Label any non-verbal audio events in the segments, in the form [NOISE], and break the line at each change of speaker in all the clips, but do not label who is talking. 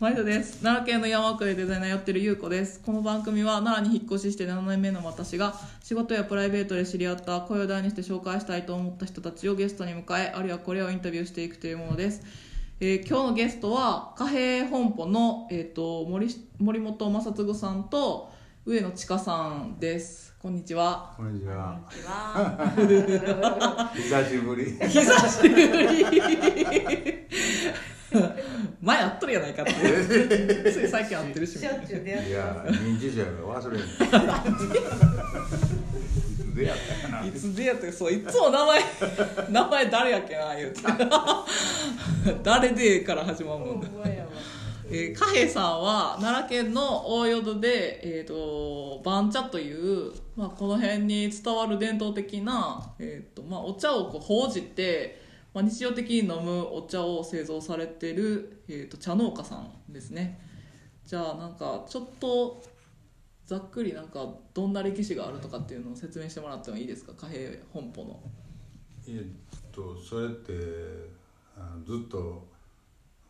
毎度です奈良県の山奥でデザイナーやってるゆうこですこの番組は奈良に引っ越しして7年目の私が仕事やプライベートで知り合った声を大にして紹介したいと思った人たちをゲストに迎えあるいはこれをインタビューしていくというものです、えー今日のゲストは貨幣本舗の、えー、と森森本正嗣さんと上野千佳さんですこんにちは
こんにちは。
こんにちは。
久しぶり。
久しぶり [LAUGHS] 前会っとるやないかってつい最近会って [LAUGHS] るし
しょっちゅう出会っ
い
て
や、認知症やから忘れん。いつ出会ったかな。
いつでやってそういつも名前名前誰やっけな言うて誰でから始まるもん
ほ
なん
まやわ。
えー、カヘさんは奈良県の大淀で、えー、と番茶という、まあ、この辺に伝わる伝統的な、えーとまあ、お茶をこうほうじて、まあ、日常的に飲むお茶を製造されてる、えー、と茶農家さんですねじゃあなんかちょっとざっくりなんかどんな歴史があるとかっていうのを説明してもらってもいいですか貨幣本舗の
えっと、それって、あのずっと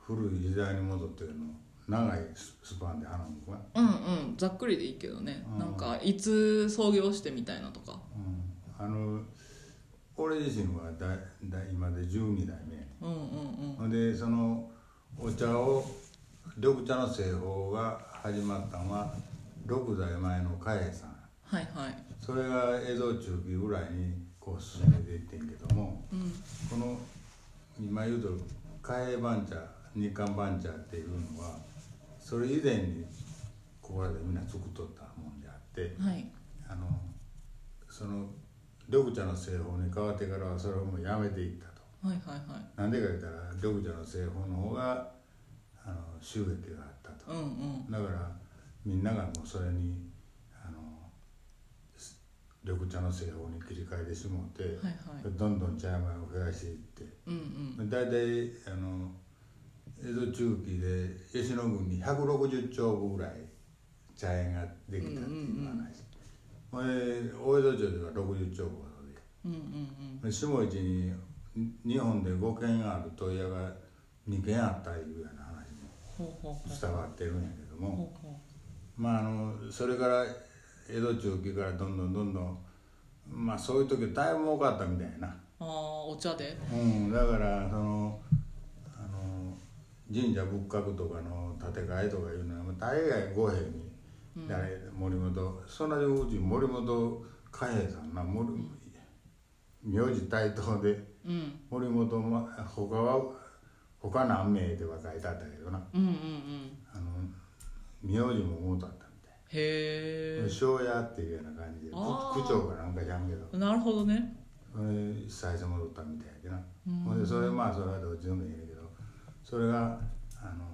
古い時代に戻ってるの。長いススパンで話すのか。
うんうんざっくりでいいけどね
うん
なんかいつ創業してみたいなとか
うん。あの、俺自身はだいだい今で12代目やね。
うんうんうん
ほんでそのお茶を緑茶の製法が始まったのは6代前の嘉永さん
はいはい
それが江戸中期ぐらいにこう進めていってんけども
うん
この今言うと嘉永番茶日韓番茶っていうのはそれ以前にここらでみんな作っとったもんであって
はい。
あのその緑茶の製法に変わってからはそれをもうやめていったと。
はいはいはい。
なんでか言ったら緑茶の製法の方があの収益があったと
うんうん。
だからみんながもうそれにあのす緑茶の製法に切り替えてしもうて、
はいはい。
どんどん茶山を増やしていって
うんうん。
大体あの江戸中期で吉野郡に160丁分ぐらい茶園ができたっていう話、ほんで大江戸町では60丁分ほどで
うんうん
下市に日本で5軒ある問屋が2軒あったいうような話
うん。ほうほうほ
も
う。
伝わってるんやけども、
ほうほ
まああのそれから江戸中期からどんどんどんどんまあそういう時はだいぶ多かったみたいやな、
う。ああ、お茶で。
うん、だからそのあの神社仏閣とかの建て替えとかいうのはもう大概五平に誰、森本そんなにうち森本嘉平さんな森、名字対等で。
うん。
森本も他は他何名では書いてあったけどな
うんうんうん。
あの名字も思うたったみた
へ
い庄屋っていうような感じでく
あー
区長かなんかじゃんけど
え。なるほどね。
それ最初戻ったみたいやけどな
うん
ほんでそれまあそれはどっちでもいいんやけどそれがあの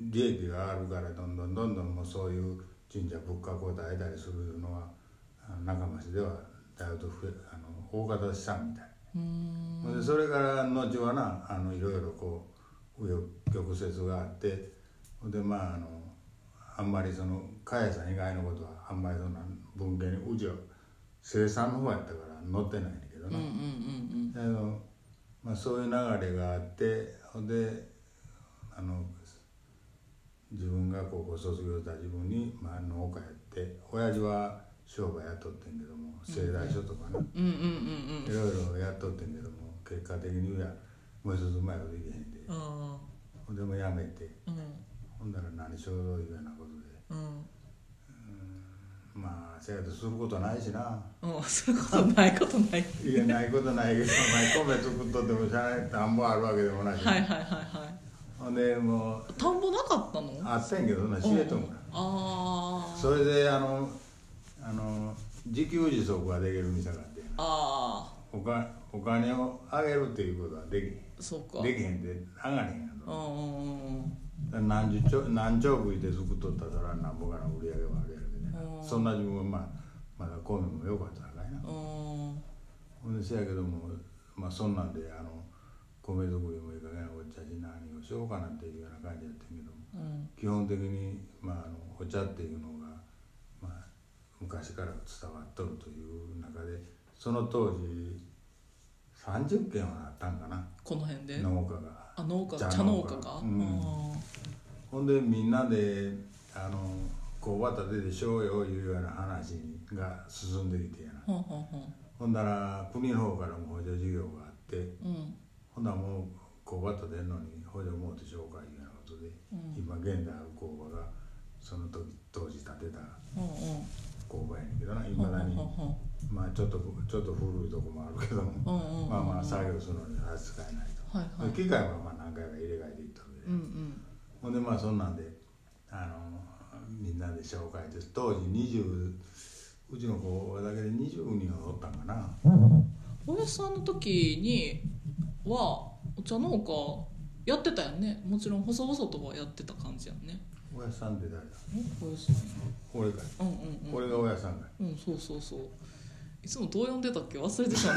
利益があるからどんどんどんどんもうそういう神社仏閣を耐えたりするのはあの仲間市ではだいぶと増えあの大方したみたい。
うーん。
でそれから後はなあのいろいろこう紆余曲折があってほんでまああのあんまりその加谷さん以外のことはあんまりそんな文献にうちは生産の方やったから載ってないんだけど
うんう
な、
んうん
あのまあ、そういう流れがあってほんであの自分が高校卒業した自分に、まあ、農家やって親父は商売やっとってんけども製材所とかね、
うん。うんうん
いろいろやっとってんけども結果的にはもう一つうまいことできへんで
うんうん。あ
ほんでもうやめて
あ。うん。
ほんだら何しよういうようなことで
うん。
まあせやとすることないしな
うん、そういうことないことない。
いやないことないけどお前米作っとってもしゃあない田んぼあるわけでもないし、
はいはいはいは
ほんでもう
い。田んぼなかったの
あってんけどな知れともな
ああ。
それであのあの自給自足ができる店があって
あ
おかお金をあげるっていうことはできへん
あ。そうか。
できへんで上がれへんや
う
ろ
んうんうん
何十兆何兆食いで作っとったらなんぼかの売り上げはあるやろけど
う
なんそんな自分はまあまだ米も良かったからな
うん。うん。
ほんでせやけどもまあそんなんであの米作りもいい加減お茶し何をしようかなっていうような感じやってんけども
うん。
基本的に、まあ、あのお茶っていうのが、まあ、昔から伝わっとるという中でその当時30軒はあったんかな
この辺で。
農家が
あ農家
茶
茶農家
農
か、
家うん
あー
ほんでみんなであの工場建てでしょうよいうような話が進んできてやな
ほんほんほん
ほんだら国の方からも補助事業があって
うん
ほんならもう工場建てんのに補助もうてしょうかいうようなことで、
うん
今現代ある工場がその時当時建てた
ほんほ
工場やねんけどない
んほ
ま
んほ
だ
ん
に
ほんほん
まあちょっとちょっと古いとこもあるけども
うんうんうんうん
まあまあ作業するのに差し支えないと。
はいはい
機械はまあ何回か入れ替えていったわけで、
うんうん
ほんでまあそんなんであのみんなで紹介です当時20うちの子だけで20人はおったんかな
親父さんの時にはお茶農家やってたよねもちろん細々とはやってた感じやんね
親父さんって誰だ
お親父さん
俺かい
うんうんうん
俺が親父さんかい [LAUGHS]
うんそうそうそういつもどう呼んでたっけ忘れてた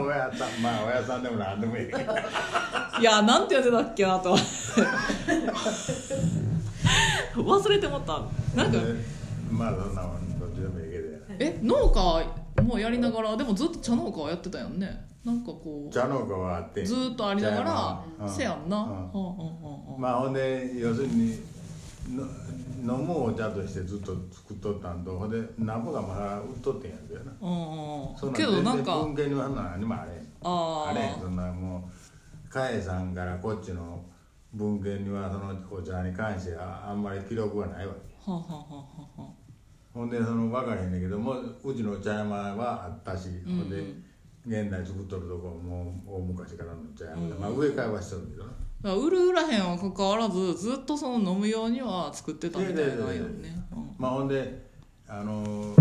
親父さんまあ親父さんでも何でもいい
いやなんて呼んでたっけなと忘れてもったなんか
でまあそんなもんどっちでもいいけどや
え農家もやりながらでもずっと茶農家はやってたやんねなんかこう
茶農家はあって
ずーっとありながら、
うん
せやんな、
う
は
ん
あはあはあはあ
まあほんで要するにの飲むお茶としてずっと作っとったんとほんでなんぼかまだ売っとってんやけどな
うんうん
そ
けどなんか
文献の話にもあれへん
あ
あれ
ー
そんなもう加江さんからこっちの文献にはそのお茶に関してはあんまり記録はないわけ
はあはあはあはあ
ほんでその分からへんねんけどもうちのお茶山はあったし、
んうん
ほんで現代作っとるとこももう大昔からのお茶山で、まあ、植え替えはしとるけどな
だから売る売らへんはかかわらずずっとその飲むようには作ってたみたいなんよ
いやいやいやい
ね、うん
まあほんであの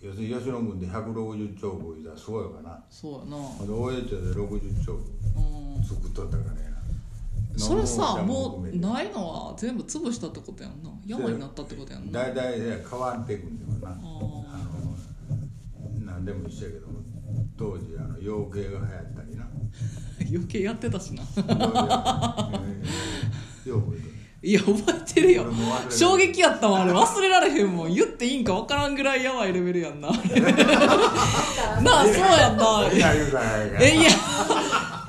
要するに吉野郡で160兆部いたらすごいわな
そうやな
ほんで大江町で60兆部
う
作っとったからやなん
それさ
飲むお茶
も
含め
う
て
ないのは全部潰したってことやんな山になったってことやんな
大体変わっていくんだよなあの
あ
何でも一緒やけども当時あの養鶏が流行ったり
[LAUGHS]
な
余計やってたしな
よう覚えてる
いや覚えてるよ
俺も忘れてる
衝撃やったわあれ忘れられへんもん言っていいんか分からんぐらいやばいレベルやんな [LAUGHS] なあそうやんな
みんな言うからやから
えいや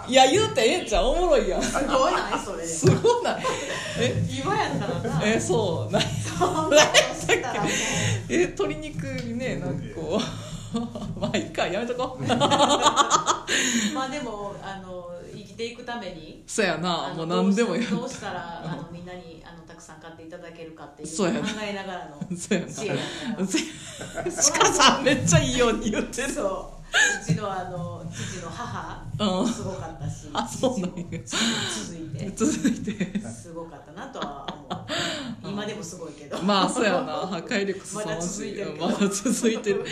いや言うてええんちゃうおもろいやん
すごいないそれ
すごないえ
今やったらな
えそうな
そんなことしてたらもう
え鶏肉にねなんかこう [LAUGHS] まあいいかやめとこう [LAUGHS]
まあでもあの生きていくために
そうや
あ
なも
の
う何でもやる
どうしどうしたらあのみんなにあのたくさん買っていただけるかっていう
そうやな
考えながらの
そうやな [LAUGHS]
知恵やから
しかさんめっちゃいいように言ってる
そううちのあの父の母
うん
すごかったし
あそうなんや
父も父も続いて
続いて
すごかったなとは思う今でもすごいけど
まあそうやな破壊力凄まじいま
まだ
だ続いてる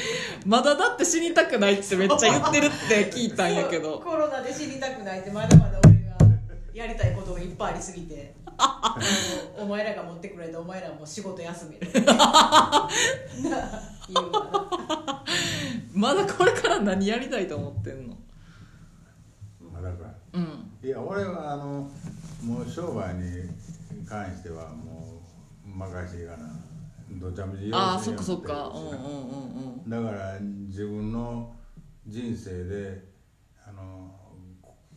まだだって死にたくないってめっちゃ言ってるって聞いたんやけ
そう
ど
コロナで死にたくないってまだまだ俺がやりたいことがいっぱいありすぎてあのお前らが持ってくれたお前らも仕事休
[LAUGHS]
めとな言うわな
まだこれから何やりたいと思ってんの
まあだか
う
ら
ん
いや俺はあのもう商売に関してはもう任せがなどちゃめちゃ
ああ
す
そ
る
っ
よ
かそってか
うになるし
うんうんうんうん
だから自分の人生であの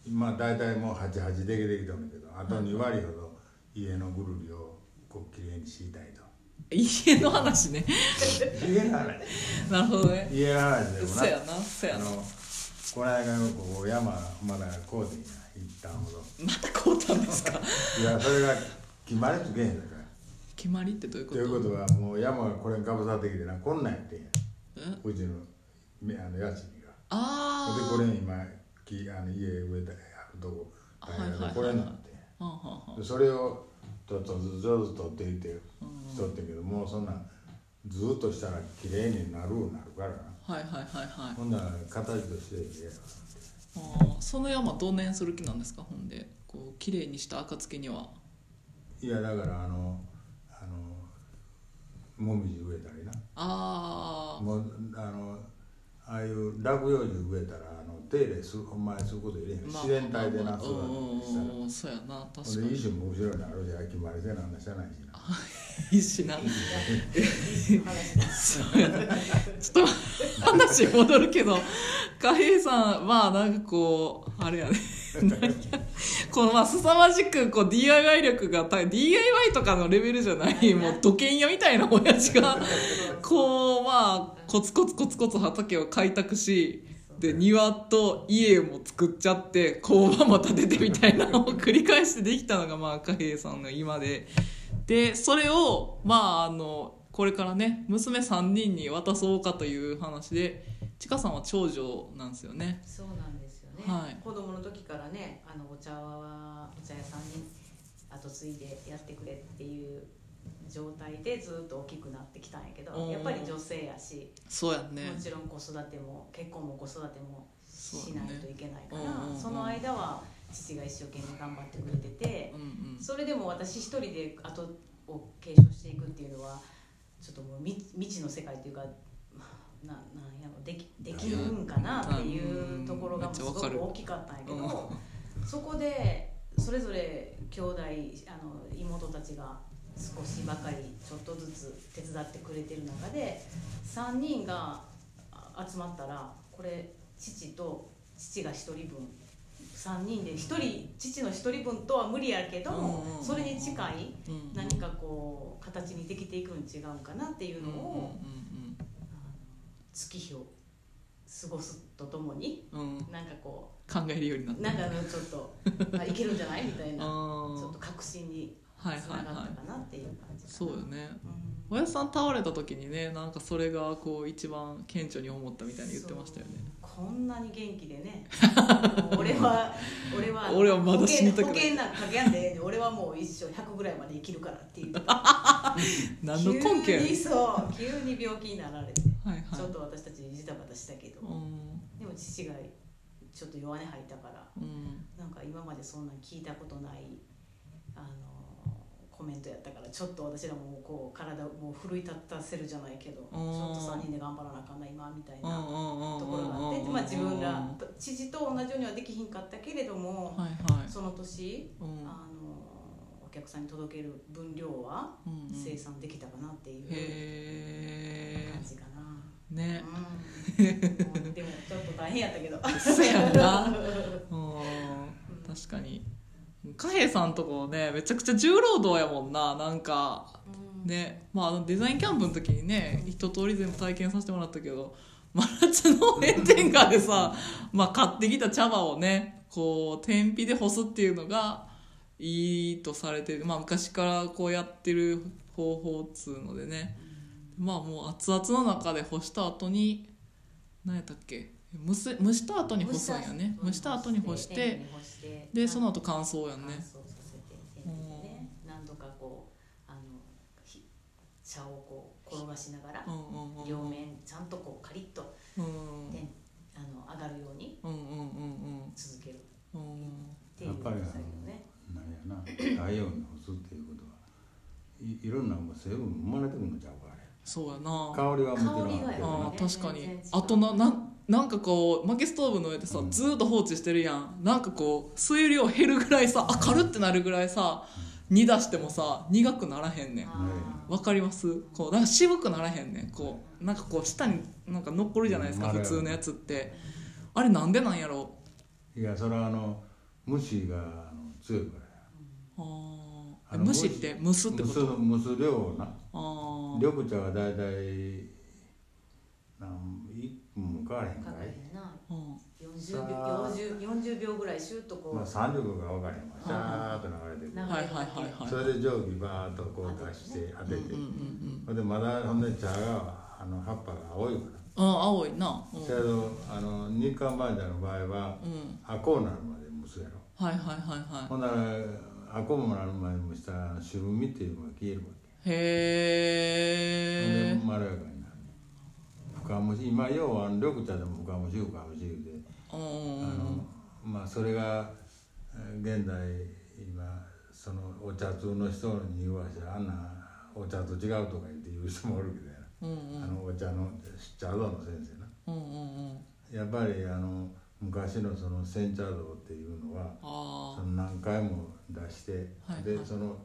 まあ大体もう88できてきたんだけどあと2割ほど家のぐるりをこうきれいにしたいと
家の話ね
家の話
[LAUGHS] なるほどね
家の話でも
そうやなそうや
あ
な
のこの間のここ山まだこうてんや一旦ほど
また買うたんですか
いやそれが決まりつけへんだから
[LAUGHS] 決まりってどういうこと
ということはもう山がこれにかぶさってきてなこんなんやってんや
え
うちのめあの家賃が。で
ああ
これ今きあの家植えたやるとこ
あはいはいはい
これなんて
はんはんはん
でそれをちょっとずつちょっと取っていってしとってんけどもうそんなんずっとしたら綺麗になるなるからな
はいはいはいはい
ほんなら形としていいや
あーその山どう年する気なんですかほんでこう綺麗にした暁にはい
やだからあのあのもみじ植えたりな
あ
もうあのああいう落葉樹植えたらあの手入れするほんまにすること入れへん、
あ、まあ、
自然体で
ま
な
あ
そうだ
うん
と
う
したら
んうんそうやな
ほ
確
ん
か
で
に
衣装も後ろにあるし秋までせなんかしてないしな
必死な
話だ
そうやねちょっと話戻るけど貨幣さんまあなんかこうあれやねこのまあ凄まじくこう DIY 力が高い DIY とかのレベルじゃないもう土建屋みたいな親父がこうまあコツコツコツコツ畑を開拓しで庭と家も作っちゃって工場も建ててみたいなのを繰り返してできたのがまあ貨幣さんの今ででそれをまああのこれからね娘3人に渡そうかという話でちかさんは長女なんですよね
そうなんですよね、
はい
子供の時からねあのお茶はお茶屋さんに後継いでやってくれっていう状態でずっと大きくなってきたんやけど
うん
やっぱり女性やし、
そうやね
もちろん子育ても結婚も子育ても
そう
し
や
ない
ね
といけないか
うんうんうん
らその間は父が一生懸命頑張ってくれてて
うんうん
それでも私一人で後を継承していくっていうのはちょっともう未未知の世界というかななんやろできできるんかなっていうところがすごく大きかったんやけ
うん
どそこでそれぞれ兄弟あの妹たちが少しばかりちょっとずつ手伝ってくれてる中で3人があ集まったらこれ父と父が1人分3人で1人父の1人分とは無理やけども
うん
それに近い
うん
何かこう形にできていくん違うんかなっていうのをあの月日を過ごすとともに
うんうんうんうん
なんかこ
考えるようになっ
う
た
なんかあのちょ
[LAUGHS]
っとあいけるんじゃないみたい
あ
なち
ー
ょっと確信に
はい
つ
は
ないがっ
は
たかなっていう感じ
い
かな
そうよね
うん
おやじさん倒れた時にねなんかそれがこう一番顕著に思ったみたいに言ってました
[LAUGHS]
よね
そうこんなに元気で
[LAUGHS]
ねもう俺は俺は
俺はまだ死にたくない
保険保険なんかかけやんでええねん俺はもう一生100ぐらいまで生きるからっ
[LAUGHS]
ていう
何の根拠やね
急にそう急に病気になられて
はいはい
ちょっと私たちジタバタしたけど
うん
でも父がちょっと弱音吐いたから
うん
なんか今までそんなん聞いたことないあのコメントやったからちょっと私らもこう体をもう奮い立たせるじゃないけどちょっと3人で頑張らなあかんな今みたい
うん
な
うんうんうんうん
ところがあって、まあ、自分ら父と同じようにはできひんかったけれども
はいはい
その年
うん
あのお客さんに届ける分量は
うんうん
生産できたかなっていう
へ
感じかな。
えね [LAUGHS]
うん、でもちょっと大変やったけど。
そうやなうん確かに貨幣さんとこねめちゃくちゃ重労働やもんななんか
うん
ねまああのデザインキャンプの時にね一通り全部体験させてもらったけど真夏の炎天下でさ、まあ、買ってきた茶葉をねこう天日で干すっていうのがいいとされてる、まあ、昔からこうやってる方法っつうのでねまあもう熱々の中で干した後に何やったっけ蒸す蒸した後に干すんやね蒸した後に干してでその後乾燥やん
乾燥
ね
させて天日でね何度かこうあのひ茶をこう転がしながら
うんうんうんうん
両面ちゃんとこうカリッと
うん
天あの上がるように
うんうんうん
続けるっ
うんうん
ていう
やっぱりあの
作業ね
なんやな太陽に干すっていうことはいいろんなもん成分生まれてくるのちゃうかあれ
そうやな
香りはもち
香りがや
ろん
あ
あ
あ
る
ね
確かに
全然違う
あとなななんかこう薪ストーブの上でさ、
うん
ずーっと放置してるやんなんかこう水量減るぐらいさあ軽ってなるぐらいさ煮出してもさ苦くならへんねん
あー
わかりますこうなんか渋くならへんねんこうなんかこう下になんか残るじゃないですか
うん
普通のやつってあれなんでなんやろ
けどいやそれはあの虫があの強いからや
あ
あ
ー
の
蒸しって蒸すってこ
蒸す
と
蒸す量をな
あー
緑茶は大体なん1分も変わらへんか
かか
い
るよな
うん
さ
40秒
あ
40 40秒ぐらいシュッとこ
まあ、
う
30分が分からへんわシャーッと流れてくる
流れて
はいはいはいはい
それで定規バーッとこう出して当て
うん
て
うんうん
ほんでまだほんで茶があの葉っぱが青いか
うんあ青いなう
ら
ん
せやけどあの日韓バージャンの場合は
うん
アコなるまで蒸すやろ
はいはいはいはい
ほんならアコもなるまで蒸したら渋みっていうのが消えるわけ、
へえ
ほんでまろやかになる深蒸し今要は緑茶でも深蒸し深蒸し言うて
う
あ
ん
のまあそれがえー現代今そのお茶通の人に言わせたらあんなお茶と違うとか言って言う人もおるけどやな、
うんうん
あのお茶の茶道の先生な
うんうんうん
やっぱりあの昔のその煎茶道っていうのは
あ
その何回も出して、
はい
で
はい
その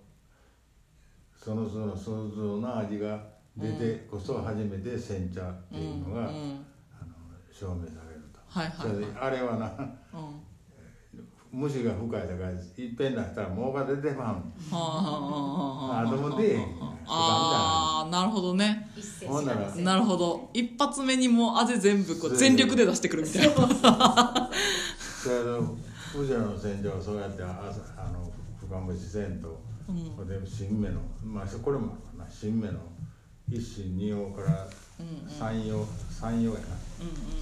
そのその想像の味が出てこそ初めて煎茶って
うん
いうの
う
が、
ん
あの証明されると、
はいはいはい
それであれ
う
はな
んは
虫が深いだからいっぺん出したらもうが出てまうん
あはあはあはあはあ
あどうも出えへん
あーなるほどね
一切
ほんなら
知らん
なるほど一発目にもう味全部こ
そうう
全力で出してくるみたいな
それでうちらの洗浄はそうやってああの深蒸しせんと、
うん
ほんで新芽のまあこれもあるかな新芽の一芯二葉から
うんうん
三葉三葉
う
やな
んうん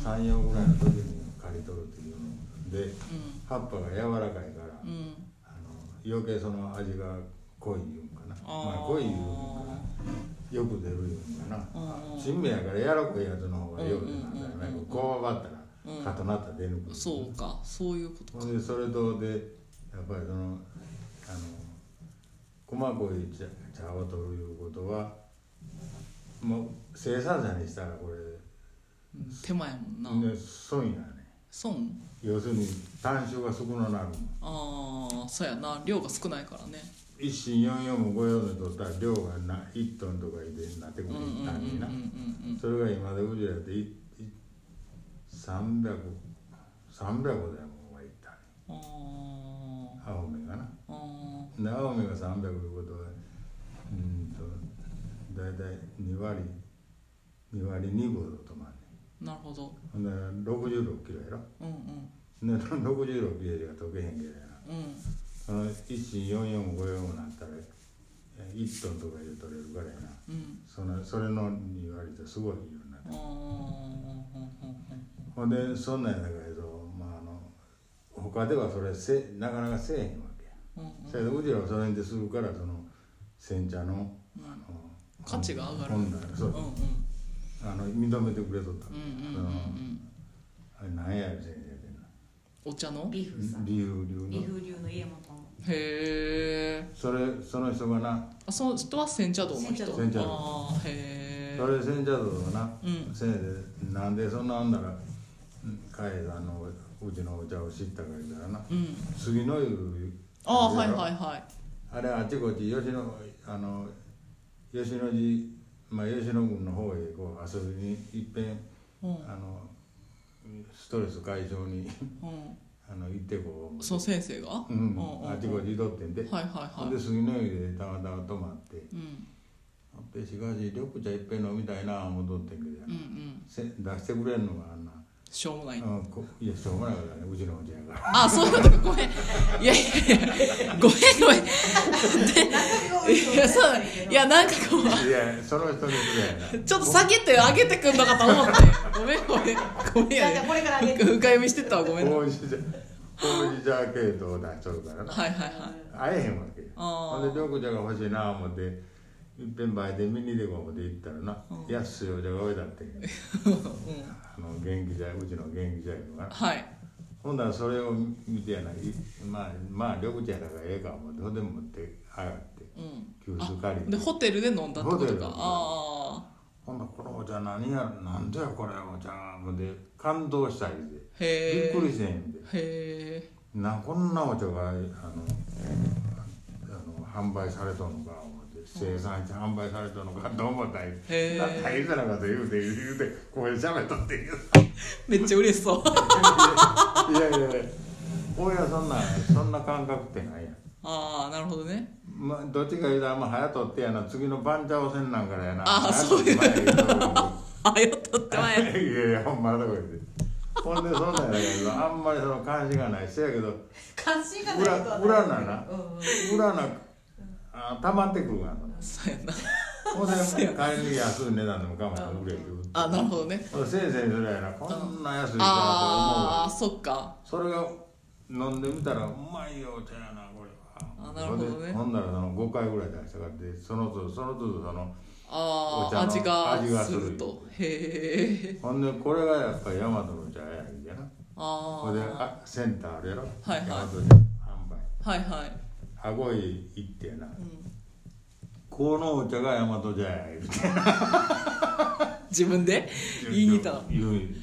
三葉ぐらいの時に刈り取るっていうので葉っぱが柔らかいから、
うんうん
あの余計その味が濃いいうんかな
あー
まあ濃いいうんかなよく出るいうんかな
うんうん
新芽やから柔らかいやつの方がよく出るんだよね
うんうんうんうん
こうばったら
うん
固なったら出るから
そうかそういうこと
ほんでそれとでやっぱりそのあの細こい茶茶を取るいうことはもう生産者にしたらこれ
うん手間やもんな
ね損やね
損
要するに単種が少ななるもん
ああそうやな量が少ないからね
一心四四も五四で取ったら量がな一トンとかいでなってく
うん
る
うんうんうんうん
単にな
うん
それが今でうちらでいい300 300だよもうはいったね
あー
青梅がな
あー
で青梅が300いうことはうーんと大体2割2割2分とまんね
なるほど
ほんなら66キロやろ
うんうん
で66キロ [LAUGHS] が溶けへんけどや
う
な
ん
その一心四四も五四もなったら1トンとかで取れるからやな
うん
そのそれの2割ってすごいようになっ
あ
て
ーう
ほんでそんなんやだからまあ、あの他ではそれせなかなかせえへんわけや、
んうん
それでうちらはその辺でするからその煎茶
うん
のあの
価値が上がる
本来そう
うんうん
あの認めてくれとった、
うんうんうんうん
あれなんや先生ってな
お茶の
ビーフさん
理由理由
ビ
の
フ流の家元の
へえ
それその人がな
あその人は煎茶道の人
煎茶道
ああへ
そ
え
れで煎茶道がな、
うん
せいでなんでそんなんならカエさんのうちのお茶を知ったか言うたらな
うん
杉の湯
ああ
るや
はい
ろ
はいはい
あれあちこち吉野あの吉野寺まあ吉野郡の方へこう遊びにいっぺん
うん
あのストレス解消に [LAUGHS]
う
あの行ってこ
ん
う
その先生がう
う
ん
ん
うんうん
あちこち行っとってんで、
はいはい
ほ
は
ん
い
で杉の湯でたまたま泊まって
うん
ほんでしかし緑茶いっぺん飲みたいな思っとってんけどや
うんうん
せ出してくれんのがあんな、
しょうもない
うん、こいやしょうがないからねうちのお茶やから
[LAUGHS] あそういうことかごめんいやいやいやごめんごめん [LAUGHS] いやそうだいやなんかこう
いやその人にくれやな
[LAUGHS] ちょっと下げて上げてくんのかと思ってごめんごめんごめんや
じゃあ
ね
これから上げ
深
て
[LAUGHS] 読みしてたわごめんなは
ほ
いう
じ茶ほうじ茶系統を出しとるからな
はいはい
会えへんわけよ
あ
ほ
ー
んで緑茶が欲しいな思っていっぺん売店見に出こう思って行ったらな、
うん
安いお茶が置いてあってん
うん
あの元気茶うちの元気茶いうのが
はい
ほんならそれを見てやないまあまあ緑茶やからええか思ってほんで持って上がって
うん
急
あ
須借り
で
て
ホテルで飲んだってこ
ホテ
と
ルで
か
飲んだ
あ
ほんならこのお茶何やなんだよこれお茶思って感動したり
あ
でび
へ
っ
え
くりせんで
へえ
なこんなお茶があのあの販売されとんのか思って生産して販売されとんのかと [LAUGHS] 思ったり
へー
大変だなこと言うて言うてこれ喋っとって言う
めっちゃ嬉しそう
いやいやいや俺はそんなそんな感覚ってないやん、
ああなるほどね
まあ、どっちか言うたらまあ早とってやな次の番茶汚染なんからやな
あー
早取ってまえ言うとる
あよっとってまえ
[LAUGHS] いやいやほんまのとこ言うてほんでそんなんやけどあんまりその関心がないせやけど
関心がないことはない
裏裏なな
うんうん
裏なあ溜まってくるがな
そうやな
ほんで帰りに安い値段でも我慢してくれる
あなるほどね
ほら先生それやなこんな安いか
ああ
ら
そっか
と思うわそれが飲んでみたらうまいよお茶やなこれは
あなるほどね
ほんならその5回ぐらい出したからってその都度その都度その
あ
お茶
あ
の
味が
味が
す
す
る
る
とへえ
ほんでこれがやっぱり大和の茶やんやな
あ
ほんで
あ
あセンターあるやろ
はいはい
大和で販売
はいはい
あごい行ってやな
うん
このお茶が大和茶や言うて
自分で言いに行ったの
言う
い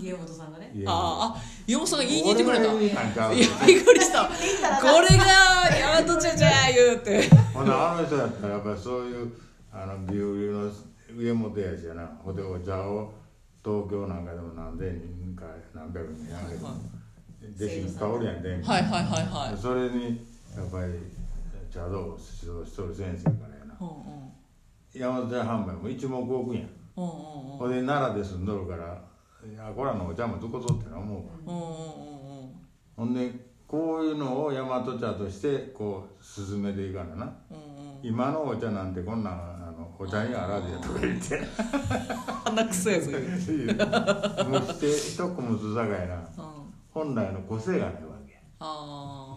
家元さんがね
いやいや
あああ岩本さんが言いに行ってくれた
俺が言うやんか
いやびっくりした
できたら
これがヤマトちゃちゃ言うて
ほなあの人やったらやっぱりそういうあのビューの上本やしやなほんでお茶を東京なんかでも何千人か何百人やけど、
は
弟子に香るやん電気、
はいはいはいはい
それにやっぱり茶道を指導しとる先生からやな
うん
山手販売も一目置くんやん
うんうんうんうん
ほんで奈良で住んどるからいやこらのお茶もどこぞってな思うわ
うんうんうん
ほんでこういうのを大和茶としてこう進めていかなな
うんうん
今のお茶なんてこんなんあのお茶にあらずやとか言って [LAUGHS]
鼻くそやぞ言うて
もうして一個もつさかいな
うん
本来の個性がないわけや
あ